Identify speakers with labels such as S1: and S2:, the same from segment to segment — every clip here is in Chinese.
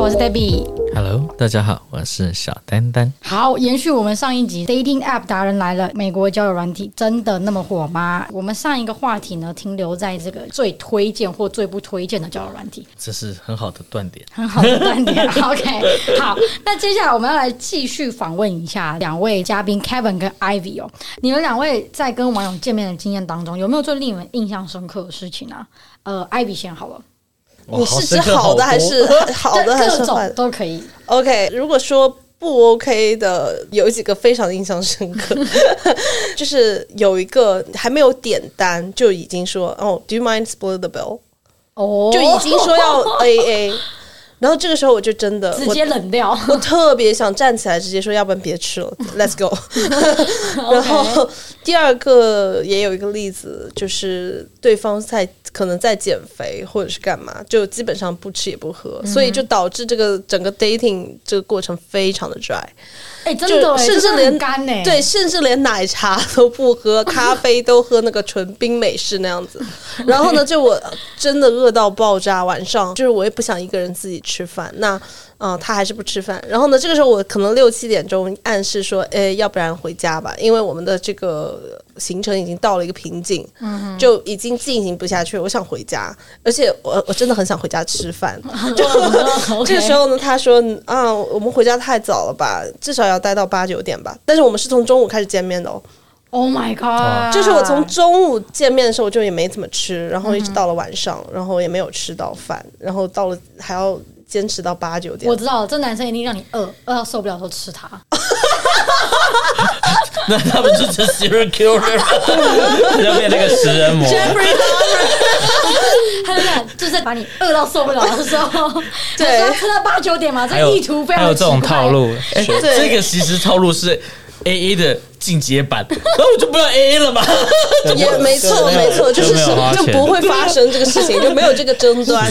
S1: 我是 Debbie。
S2: Hello，大家好，我是小丹丹。
S1: 好，延续我们上一集 dating app 达人来了，美国交友软体真的那么火吗？我们上一个话题呢，停留在这个最推荐或最不推荐的交友软体，
S2: 这是很好的断点。
S1: 很好的观 点。OK，好，那接下来我们要来继续访问一下两位嘉宾 Kevin 跟 Ivy 哦，你们两位在跟网友见面的经验当中，有没有最令你们印象深刻的事情啊？呃，Ivy 先好了，
S2: 哇
S3: 你是指好的还 是好的还
S1: 各
S3: 是
S1: 各
S3: 坏
S1: 种
S3: 的
S1: 都可以。
S3: ？OK，如果说不 OK 的，有几个非常印象深刻， 就是有一个还没有点单就已经说哦，Do you mind split the bill？
S1: 哦，
S3: 就已经说要 AA，然后这个时候我就真的
S1: 直
S3: 我
S1: 接冷 掉。
S3: 我特别想站起来直接说，要不然别吃了，Let's go。然 后第二个也有一个例子，就是对方在可能在减肥或者是干嘛，就基本上不吃也不喝，所以就导致这个整个 dating 这个过程非常的 dry，
S1: 哎、真
S3: 就
S1: 的欸，
S3: 甚
S1: 真
S3: 至
S1: 的
S3: 连
S1: 很干呢、
S3: 对，甚至连奶茶都不喝，咖啡都喝那个纯冰美式那样子。然后呢，就我真的饿到爆炸，晚上就是我也不想一个人自己吃饭，那啊、呃他还是不吃饭。然后呢，这个时候我可能六七点钟暗示说，诶，要不然回家吧，因为我们的这个行程已经到了一个瓶颈，
S1: 嗯
S3: 就已经进行不下去了，我想回家，而且我我真的很想回家 吃饭。就
S1: 哦
S3: 这个时候呢，他说嗯啊，我们回家太早了吧，至少要待到八九点吧。但是我们是从中午开始见面的哦，
S1: ，Oh my god，
S3: 就是我从中午见面的时候，我就也没怎么吃，然后一直到了晚上，然后也没有吃到饭，然后到了还要坚持到八九点
S1: 嗯
S2: 哦
S1: 我。知道了这男生一定让你饿，饿到受不了的时候吃他。
S2: 那他们就是 serial killer，要变那个食人魔。
S1: Jeffrey Dahmer，他就这样，就是把你饿到受不了的时候，
S3: 对
S1: 他说他吃到八九点嘛，这
S2: 还有
S1: 意图非常
S2: 还有这种
S1: 奇怪
S2: 套。路，哎，
S3: 对
S2: 这个其实套路是 A A 的进阶版，那我就不要 A A 了嘛。
S3: 也没错，没错，就是
S2: 没有花
S3: 就
S2: 钱
S3: 不会发生这个事情，就没有这个争 端。
S1: 哎，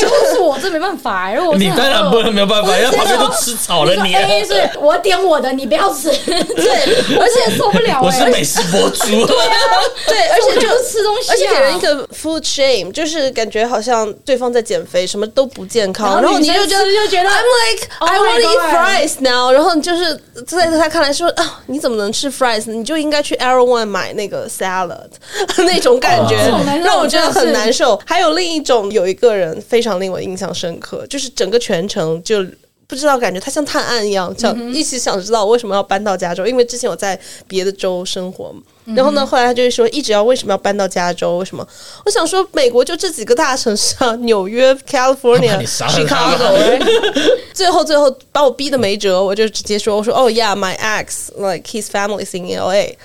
S1: 不是我这没办法哎，如果我
S2: 你
S1: 真的
S2: 当
S1: 很
S2: 然
S1: 饿
S2: 不能没有办法，
S1: 我
S2: 人
S1: 就
S2: 家旁边
S1: 说
S2: 都吃草了，
S1: 你
S2: 你啊
S1: 说 A A 是我点我的，你不要吃， 对，而且受不了
S2: 我
S1: 哎啊
S2: 是， 美食博主，
S3: 对，而且就
S1: 就吃东西啊，
S3: 而且给人一个 food shame，就是感觉好像对方在减肥，什么都不健康，
S1: 然
S3: 然
S1: 后
S3: 后
S1: 女
S3: 你
S1: 生
S3: 就觉得
S1: 吃就觉得
S3: I'm like
S1: Oh my
S3: I want to
S1: God
S3: eat fries now，然后你就是在他看来说啊，你怎么能吃 fries？呢你就应该去 Arrow One 买那个 salad 那种感觉
S1: 种男生，
S3: 让我觉得
S1: 真的是
S3: 很难受。还有另一种，有一个人非常令我印象深刻，就是整个全程就。不知道，感觉他像探案一样，想一起想知道为什么要搬到加州，因为之前我在别的州生活嘛。然后呢，后来他就会说一直要为什么要搬到加州？为什么？我想说，美国就这几个大城市啊，纽约、
S2: 他
S3: California
S2: 把你、杀了他
S3: Chicago，right？最哎后最后把我逼得没辙，我就直接说，我说，Oh yeah, my ex, like his family is in LA。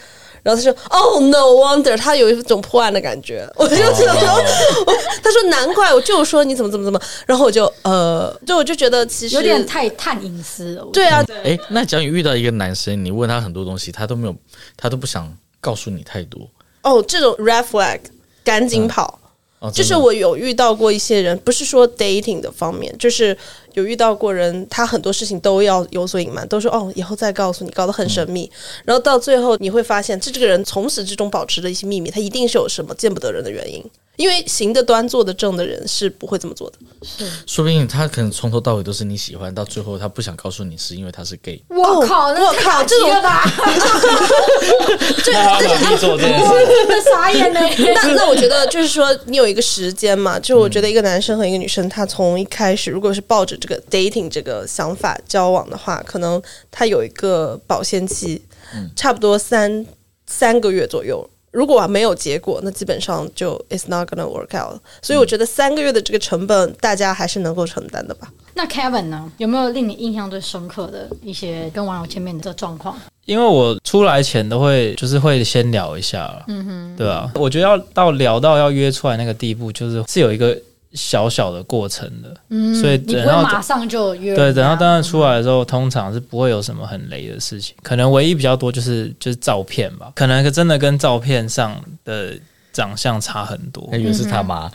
S3: 然后他说，Oh no wonder，他有一种破案的感觉。我就觉得
S1: 哦
S3: 我 他说难怪，我就说你怎么怎么怎么。然后我就呃，就我就觉得其实
S1: 有点太探隐私了。我觉得
S3: 对啊，
S2: 哎，那假如你遇到一个男生，你问他很多东西，他都没有，他都不想告诉你太多。
S3: 哦，这种 red flag，赶
S1: 嗯
S3: 紧跑。
S2: 哦
S3: 就
S2: 真
S3: 是
S2: 的
S3: 我有遇到过一些人，不是说 dating 的方面，就是有遇到过人，他很多事情都要有所隐瞒，都说哦以后再告诉你，搞得很神秘。然后到最后你会发现，这这个人从始至终保持着一些秘密，他一定是有什么见不得人的原因。因为行得端、坐得正的人是不会这么做的。
S2: 说不定他可能从头到尾都是你喜欢，到最后他不想告诉你，是因为他是 gay。
S1: 我靠，那
S3: 我
S1: 太
S3: 靠
S1: 打击
S3: 这种
S1: 了吧，
S2: 他把你做这件事，
S1: 那傻眼 呢。
S3: 那那我觉得就是说，你有一个时间嘛，就是我觉得一个男生和一个女生，他从一开始如果是抱着这个 dating 这个想法交往的话，可能他有一个保鲜期，差不多三三个月左右。如果没有结果，那基本上就 it's not gonna work out。所以我觉得三个月的这个成本，大家还是能够承担的吧。
S1: 那 Kevin 呢？有没有令你印象最深刻的一些跟网友见面的状况？
S4: 因为我出来前都会就是会先聊一下，嗯哼，对啊，我觉得要到聊到要约出来那个地步，就是是有一个小小的过程的，嗯，所以
S1: 你不
S4: 等
S1: 会
S4: 到
S1: 马上就约人家？
S4: 对，等到当然出来的时候，通常是不会有什么很雷的事情，可能唯一比较多就是就是照片吧，可能真的跟照片上的长相差很多
S2: 他，以为是他妈，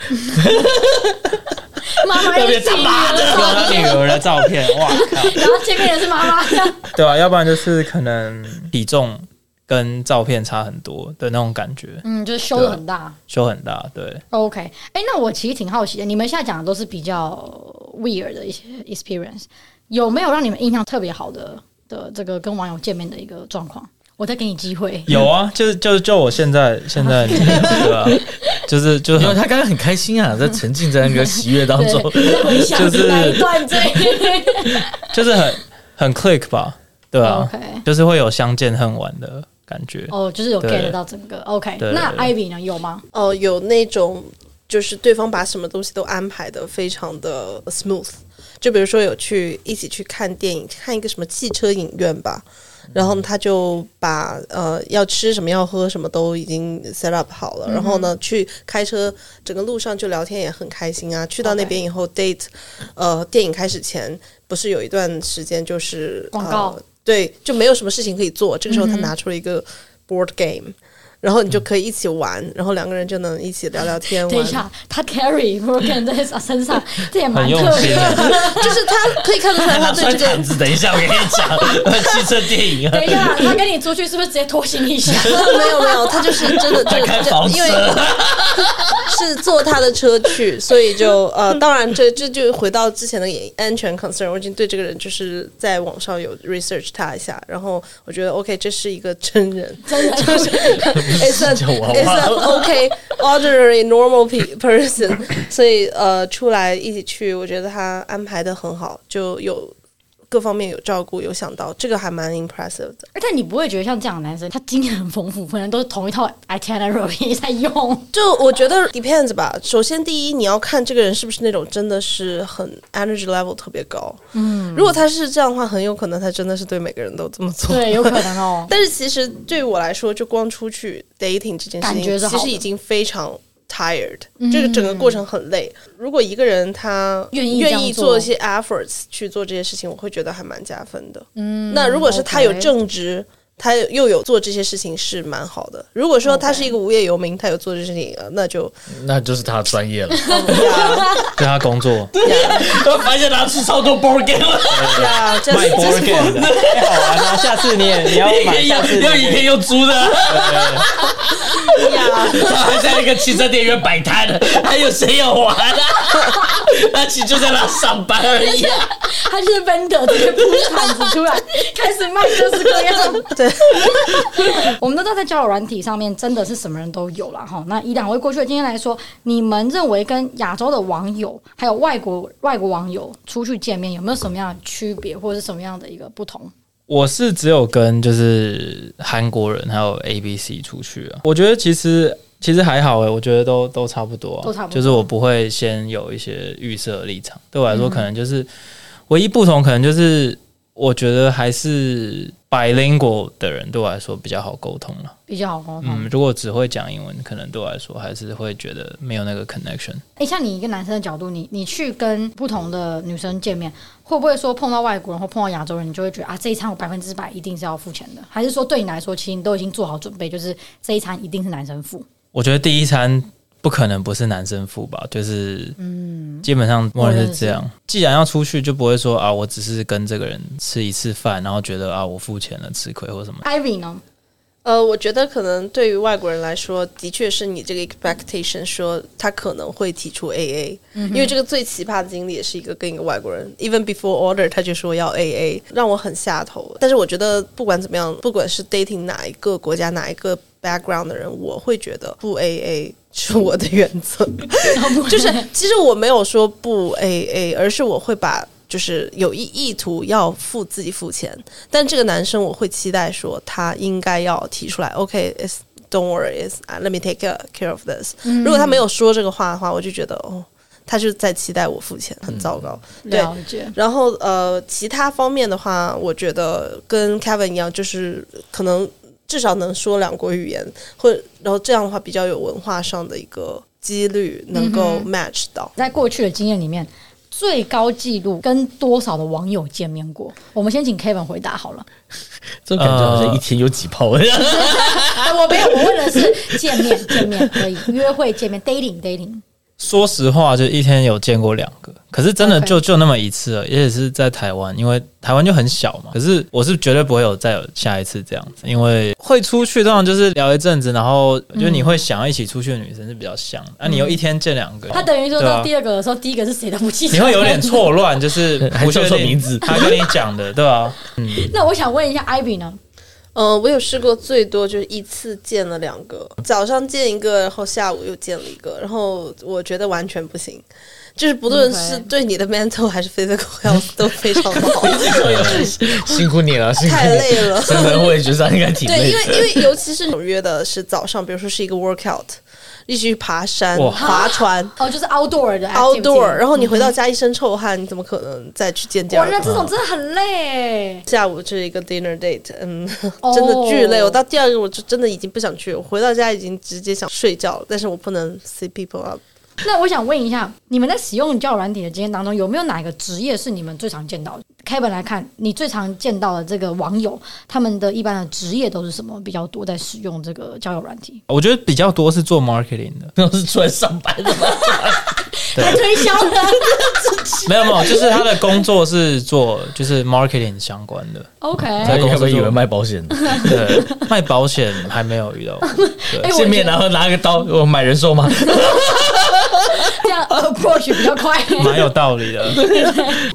S1: 妈妈也是自己约的
S4: 有他女儿的照片，哇靠，
S1: 然后见面也是妈妈。
S4: 对啊，要不然就是可能体重跟照片差很多的那种感觉，
S1: 嗯，就是
S4: 啊
S1: 修的很大。
S4: 修很大，对。
S1: OK，哎、那我其实挺好奇的，你们现在讲的都是比较 weird 的一些 experience，有没有让你们印象特别好的的这个跟网友见面的一个状况？我再给你机会。
S4: 有啊，就是就是就我现在现在对吧？就是就
S2: 因为
S4: 是
S2: 他刚刚很开心啊，在沉浸在那个喜悦当中。
S1: 对，回想
S4: 就是
S1: 那一段最
S4: 就是很很 click 吧，对
S3: 哦
S4: 啊
S1: OK
S4: 就是会有相见恨晚的感觉。
S1: 哦，就是有
S4: 对
S1: get 到整个 OK
S4: 对。对
S1: 那
S4: 对
S1: Ivy 呢？有吗？
S3: 哦、有那种就是对方把什么东西都安排的非常的 smooth，就比如说有去一起去看电影，看一个什么汽车影院吧，
S1: 嗯
S3: 然后呢他就把呃要吃什么要喝什么都已经 set up 好
S1: 嗯
S3: 了，然后呢去开车，整个路上就聊天也很开心啊。去到那边以后 date，呃，电影开始前不是有一段时间就是
S1: 广告嗯
S3: 呃对，就没有什么事情可以做。这个时候他拿出了一个 board game，、然后你就可以一起玩，然后两个人就能一起聊聊天。
S1: 等一
S3: 玩，
S1: 下，他 carry Morgan 在身上，这也蛮
S4: 很用
S1: 特别
S4: 心
S1: 的。
S3: 就是他可以看得出来他对
S4: 摔
S3: 这个
S4: 毯子，等一下，我跟你讲， 汽车电影啊
S1: 等，一下，他跟你出去是不是直接拖行李箱？
S3: 没有没有，他就是真的就
S4: 他开房
S3: 就 因为
S4: 车
S3: 是坐他的车去，所以就呃，当然这这就回到之前的也安全 concern，我已经对这个人就是在网上有 research 他一下，然后我觉得 OK，这是一个真人，
S1: 真的
S3: 就是 it's a
S2: 叫娃
S3: it's
S2: 娃
S3: a OK ordinary normal pe- person，所 以呃，出来一起去，我觉得他安排的很好，就有。各方面有照顾，有想到这个还蛮 impressive 的。
S1: 而且你不会觉得像这样的男生，他经验很丰富，可能都是同一套 itinerary 在 用。
S3: 就我觉得 depends 吧。首先，第一你要看这个人是不是那种真的是很 energy level 特别高。嗯，如果他是这样的话，很有可能他真的是对每个人都这么做。
S1: 对，有可能 哦。
S3: 但是其实对我来说，就光出去 dating 这件事
S1: 感觉
S3: 情，
S1: 是好嗯
S3: 其
S1: 的
S3: 实已经非常 tired，、这个整个过程很累。如果一个人他
S1: 愿意这
S3: 愿
S1: 样
S3: 意
S1: 做
S3: 做一些 efforts 去做这些事情，我会觉得还蛮加分的。嗯，那如果是他有
S1: OK
S3: 正职。他又有做这些事情是蛮好的。如果说他是一个无业游民，他有做这些事情，呃那就
S2: 那就是他的专业了。
S3: 啊
S4: 对他工作
S2: 我发现拿出超多包给 我，
S3: 呀，啊这
S4: 卖 board
S3: 是
S4: game 的，太好玩了。哎下次你也你要买，下次你
S2: 要一
S4: 也
S2: 天又租的，
S3: 呀，
S2: 他还在那个汽车店员摆摊，还有谁要玩 啊？他其实就在那上班而已啊。
S1: 他就是 vendor 直接铺毯子出来， 开始卖各式各样。
S3: 对，
S1: 我们都知道在交友软体上面真的是什么人都有了哈。那以两位过去的经验来说，你们认为跟亚洲的网友还有外国外国网友出去见面有没有什么样的区别，或者是什么样的一个不同？
S4: 我是只有跟就是韩国人还有 A B C 出去啊。我觉得其实其实还好诶、欸我觉得都都差不多、啊，
S1: 都差不多
S4: 就是我不会先有一些预设立场，对我来说
S1: 嗯
S4: 可能就是、唯一不同，可能就是我觉得还是 bilingual 的人对我来说比较好沟通了、
S1: 比较好沟通。
S4: 嗯，如果只会讲英文，可能对我来说还是会觉得没有那个 connection。
S1: 哎、像你一个男生的角度，你你去跟不同的女生见面，会不会说碰到外国人或碰到亚洲人，你就会觉得啊，这一餐我百分之百一定是要付钱的？还是说对你来说，其实你都已经做好准备，就是这一餐一定是男生付？
S4: 我觉得第一餐不可能不是男生付吧，就是嗯，基本上默认是这样。既然要出去，就不会说啊，我只是跟这个人吃一次饭，然后觉得啊，我付钱了，吃亏或什么。
S1: Ivy 呢？
S3: 呃，我觉得可能对于外国人来说，的确是你这个 expectation 说他可能会提出 AA，、因为这个最奇葩的经历也是一个跟一个外国人，even before order 他就说要 AA，让我很下头。但是我觉得不管怎么样，不管是 dating 哪一个国家哪一个 background 的人，我会觉得不 AA 是我的原则。就是其实我没有说不 A A，而是我会把就是有意意图要付自己付钱，但这个男生我会期待说他应该要提出来，OK，is、don't worry，is、let me take care of this、如果他没有说这个话的话，我就觉得哦，他就在期待我付钱，很糟糕。
S1: 嗯
S3: 对，
S1: 了解。
S3: 然后呃，其他方面的话，我觉得跟 Kevin 一样，就是可能至少能说两国语言，或然后这样的话比较有文化上的一个几率能够 match 到。
S1: 在过去的经验里面，最高纪录跟多少的网友见面过？我们先请 Kevin 回答好了。
S2: 这种感觉好像一天有几泡。
S4: 呃
S1: 啊，我没有，我问的是见面，见面可以约会，见面 dating dating。
S4: 说实话，就一天有见过两个，可是真的
S1: OK
S4: 就就那么一次了，也只是在台湾，因为台湾就很小嘛。可是我是绝对不会有再有下一次这样子，因为会出去通常就是聊一阵子，然后就是
S1: 嗯
S4: 你会想要一起出去的女生是比较香的，啊，你又一天见两个，
S1: 他等于说
S4: 对啊
S1: 到第二个的时候，第一个是谁都不记得，
S4: 你会有点。错乱，就是
S2: 还
S4: 不确
S2: 叫错
S4: 定
S2: 名字
S4: 他跟你讲的，对吧、
S1: 那我想问一下艾比呢？
S3: 嗯、我有试过，最多就是一次见了两个，早上见一个，然后下午又见了一个，然后我觉得完全不行，就是不论
S1: OK
S3: 是对你的 mental 还是 physical health 都非常不 好，
S2: 辛苦你了，辛苦
S3: 太
S2: 你
S3: 累了。
S2: 真的，我也觉得他应该挺
S3: 对，
S2: 累
S3: 因为
S2: 的。
S3: 因为尤其是纽约的是早上，比如说是一个 workout，一起去爬山、
S4: 哇
S3: 划船。
S1: 哦，就是 outdoor 的 activity
S3: outdoor，然后你回到家一身臭汗，你怎么可能再去见第
S1: 哇，
S3: 二个
S1: 那？这种真的很累欸。
S3: 下午是一个 dinner date，嗯，
S1: 哦
S3: 真的巨累。我到第二个我就真的已经不想去，我回到家已经直接想睡觉了，但是我不能 see people up。
S1: 那我想问一下，你们在使用交友软体的经验当中，有没有哪个职业是你们最常见到的？Kevin 来看，你最常见到的这个网友，他们的一般的职业都是什么比较多在使用这个交友软体？
S4: 我觉得比较多是做 marketing 的，
S2: 那是出来上班的吗？
S1: 在推销呢？
S4: 没有没有，就是他的工作是做就是 marketing 相关 的，
S1: OK，哎、
S2: 他该不会以为卖保险？
S4: 对，卖保险还没有遇到过。
S1: 哎我
S2: 见
S1: 觉
S2: 面
S1: 得
S2: 然后拿个刀，我买人寿吗？
S1: 这样 approach 比较 快。
S4: 蛮有道理的。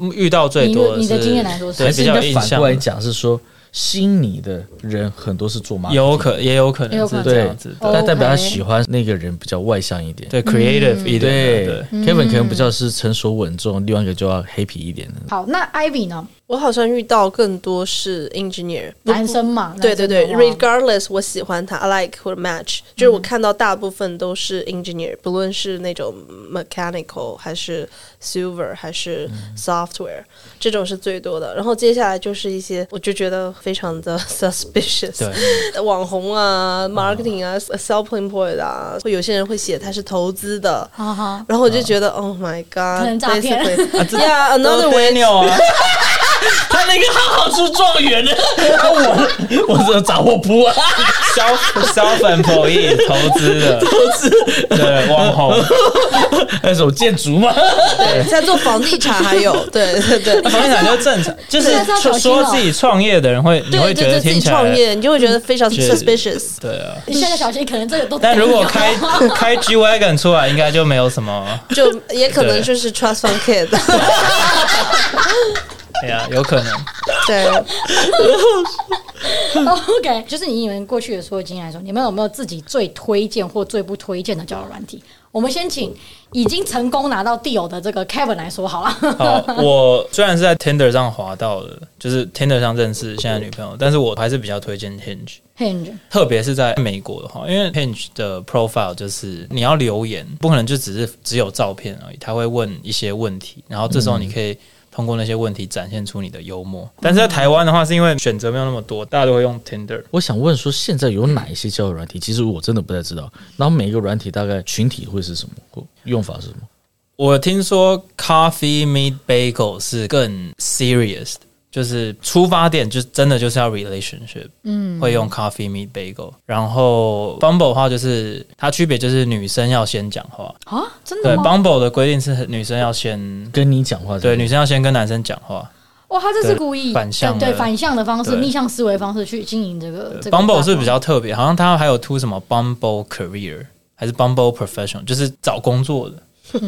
S4: 嗯遇到最多是
S1: 你的你的经验来说是
S4: 对
S2: 还
S4: 比
S2: 是
S4: 较
S2: 应
S4: 有
S2: 该
S4: 印
S2: 反
S4: 象
S2: 过来，讲是说，心你的人很多是做 marketing
S4: 有可也有可
S1: 也有可
S4: 能是
S1: 能
S4: 这
S2: 对
S4: 样子，的。
S1: 哦
S2: 但代表他
S1: OK
S2: 喜欢那个人比较外向一点。
S4: 对嗯 creative 一点
S2: 对
S4: 的，对。
S2: ，Kevin
S1: 嗯
S2: 可能比较是成熟稳重，另外一个就要 happy 一点的。
S1: 好，那 Ivy 呢？
S3: 我好像遇到更多是 engineer，
S1: 男生嘛，
S3: 对对对
S1: 男生的话嗯
S3: ，regardless 我喜欢他 I like 或者 match，就是我看到大部分都是 engineer，、不论是那种 mechanical 还是 silver 还是
S1: 嗯
S3: software，、这种是最多的。然后接下来就是一些我就觉得非常的 suspicious，网 红
S4: 哦
S3: 啊、marketing 啊、self-employed 啊，会有些人会写他是投资的。
S1: 哈啊哈，
S3: 然后我就觉得、o
S4: 哦
S3: h my
S1: 可能
S3: God，
S1: 诈骗
S4: 啊
S3: Yeah, another way，
S4: Daniel 啊，
S2: 他那个好好出状元 的，我 我只有掌握不啊，
S4: self self employee 投资的， 投资对网红，
S2: 那是我建筑吗？
S3: 对，在做房地产还有， 对对对，
S4: 房地产就正 常，就是
S1: 这个是要小
S4: 说
S1: 心哦
S4: 说自己创业的人会，你
S3: 对
S4: 会觉
S3: 对
S4: 得
S3: 对，自己
S4: 听起
S3: 创
S4: 来
S3: 业，你就会觉得非常
S4: 就是
S3: suspicious。
S4: 对啊。
S1: 你现在小心，可能这个都。
S4: 但如果 开开 G wagon 出来，应该就没有什么，
S3: 就也可能
S4: 对
S3: 就是 trust fund kid，
S4: 哎呀，有可能。
S3: 对，
S1: OK，就是以你们过去的所有经验来说，你们有没有自己最推荐或最不推荐的交友软体？我们先请已经成功拿到 deal 的这个 Kevin 来说好 了。
S4: 好，我虽然是在 Tinder 上滑到的，就是 Tinder 上认识现在女朋友，但是我还是比较推荐 Hinge，
S1: Hinge
S4: 特别是在美国的话，因为 Hinge 的 profile 就是你要留言，不可能就只是只有照片而已，他会问一些问题，然后这时候你可以。通过那些问题展现出你的幽默，但是在台湾的话，是因为选择没有那么多，大家都会用 Tinder。
S2: 我想问说，现在有哪一些交友软体？其实我真的不太知道。然后每一个软体大概群体会是什么，或用法是什么？
S4: 我听说 Coffee Meet Bagel 是更 serious 的，就是出发点就真的就是要 relationship，嗯，会用 Coffee Meet Bagel。然后 Bumble 的话，就是它区别就是女生要先讲话，
S1: 啊，真
S4: 对
S1: 的吗？
S4: ，Bumble 的规定是女生要先，
S2: 跟你讲话
S4: 对，女生要先跟男生讲话。
S1: 哇，他这是故意
S4: 对反向的
S1: 对对反向的方式，
S4: 对
S1: 逆向思维方式去经营这个。这个
S4: Bumble 是
S1: platform
S4: 比较特别，好像它还有出什么 Bumble Career 还是 Bumble Professional，就是找工作的，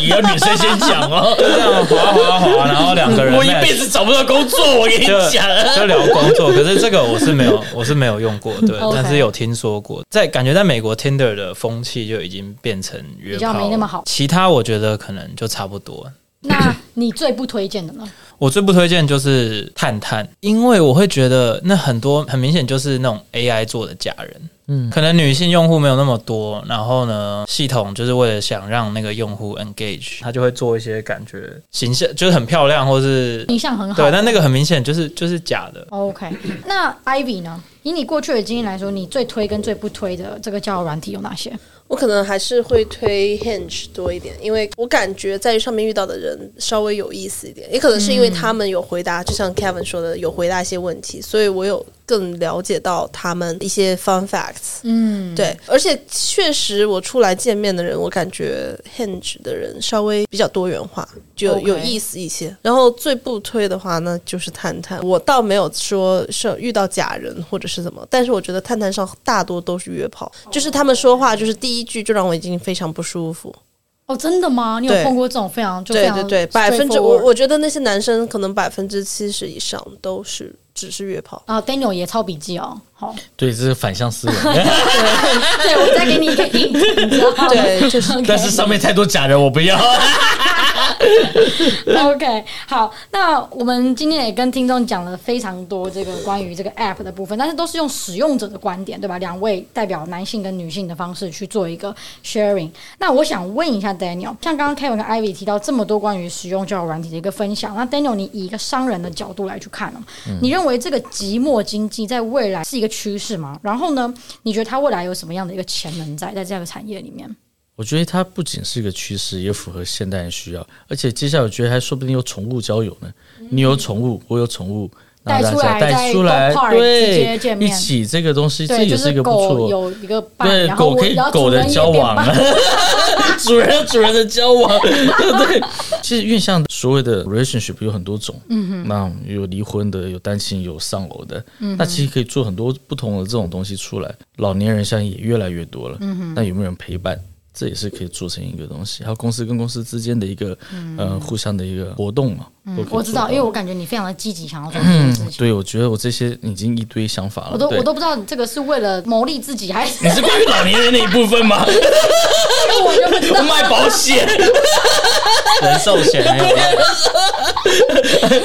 S2: 也要女 生先讲哦。
S4: 就这样滑滑滑，然后两个人
S2: 我一
S4: match
S2: 辈子找不到工作，我跟你
S4: 就
S2: 讲。
S4: 就聊工作，可是这个我是没有，我是没有用过，对
S1: OK
S4: 但是有听说过，在感觉在美国 Tinder 的风气就已经变成约
S1: 比较
S4: 炮
S1: 没那么好
S4: 其他我觉得可能就差不多。
S1: 那你最不推荐的呢？
S4: 我最不推荐就是探探，因为我会觉得那很多很明显就是那种 AI 做的假人，嗯，可能女性用户没有那么多，然后呢，系统就是为了想让那个用户 engage，它就会做一些感觉形象就是很漂亮或是
S1: 形象很好。
S4: 对，但那个很明显就是就是假的，
S1: OK，那 Ivy 呢？以你过去的经验来说，你最推跟最不推的这个交友软体有哪些？
S3: 我可能还是会推 Hinge 多一点，因为我感觉在上面遇到的人稍微有意思一点，也可能是因为他们有回答，就像 Kevin 说的，有回答一些问题，所以我有更了解到他们一些 fun facts。
S1: 嗯，
S3: 对，而且确实，我出来见面的人，我感觉 Hinge 的人稍微比较多元化，就
S1: OK
S3: 有意思一些。然后最不推的话呢，就是探探。我倒没有说是遇到假人或者是怎么，但是我觉得探探上大多都是约炮，
S1: 哦
S3: 就是他们说话就是第一句就让我已经非常不舒服。
S1: 哦，真的吗？你有
S3: 对
S1: 碰过这种非常就非
S3: 对
S1: 常
S3: 对对，百分之我
S1: straightforward
S3: 我觉得那些男生可能百分之七十以上都是只是约炮。
S1: 啊，Daniel 也抄笔记哦。好，
S4: 对，这是反 向思维，
S1: 对我再给你一个 hint，你知道吗？
S3: 对，就是
S4: 但是上面 太多假人，我不 要。
S1: OK，好，那我们今天也跟听众讲了非常多这个关于这个 App 的部分，但是都是用使用者的观点，对吧？两位代表男性跟女性的方式去做一个 sharing。那我想问一下 Daniel，像刚刚 Kevin 跟 Ivy 提到这么多关于使用交友软体的一个分享，那 Daniel 你以一个商人的角度来去看哦，
S2: 嗯
S1: 你认为这个寂寞经济在未来是一个趋势吗？然后呢，你觉得它未来有什么样的一个潜能在在这样的产业里面？
S2: 我觉得它不仅是一个趋势，也符合现代人需要，而且接下来我觉得还说不定有宠物交友呢。你有宠物，我有宠物，然
S1: 嗯
S2: 后
S1: 带出
S2: 大家
S1: 来
S2: 带出来，
S1: 在 go-kart 直接见
S2: 对，一
S1: 面
S2: 起这个东西，这
S1: 对，
S2: 也
S1: 就是
S2: 一个不
S1: 狗
S2: 错。
S1: 有一个伴，
S2: 对，
S1: 然后
S2: 狗
S1: 我
S2: 可以
S1: 然后
S2: 狗
S1: 主
S2: 的
S1: 人也
S2: 交
S1: 变
S2: 往
S1: 伴
S2: 啊，主人和主人的交往， 对不对？其实因为像所谓的 relationship 有很多种，嗯哼，那有离婚的，有单亲，有丧偶的，嗯，那其实可以做很多不同的这种东西出来。老年人现在也越来越多了，嗯哼，那有没有人陪伴？这也是可以做成一个东西，还有公司跟公司之间的一个、呃互相的一个活动嘛。都可以做
S1: 嗯我知道，
S2: 到嗯
S1: 因为我感觉你非常的积极，想要做这件事情。
S2: 对，我觉得我这些已经一堆想法了，
S1: 我都
S2: 对
S1: 我都不知道你这个是为了谋利自己，还是
S4: 你是关于老年人的一部分吗？
S1: 我就不知 道。
S4: 卖保险，
S5: 人寿险还有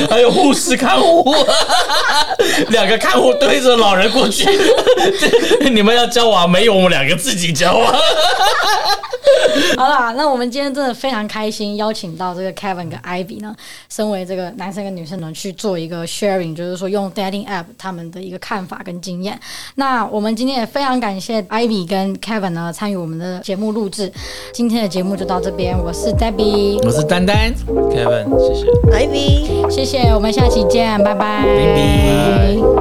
S4: 还有护士看护， 两个看护推着老人过去， 你们要交往没有？我们两个自己啊交往。
S1: 好啦，那我们今天真的非常开心，邀请到这个 Kevin 跟 Ivy 呢，身为这个男生跟女生呢去做一个 sharing，就是说用 dating app 他们的一个看法跟经验。那我们今天也非常感谢 Ivy 跟 Kevin 呢参与我们的节目录制。今天的节目就到这边，我是 Debbie，
S2: 我是丹丹。
S5: Kevin，谢谢。
S3: Ivy。
S1: 谢谢，我们下期见，拜拜。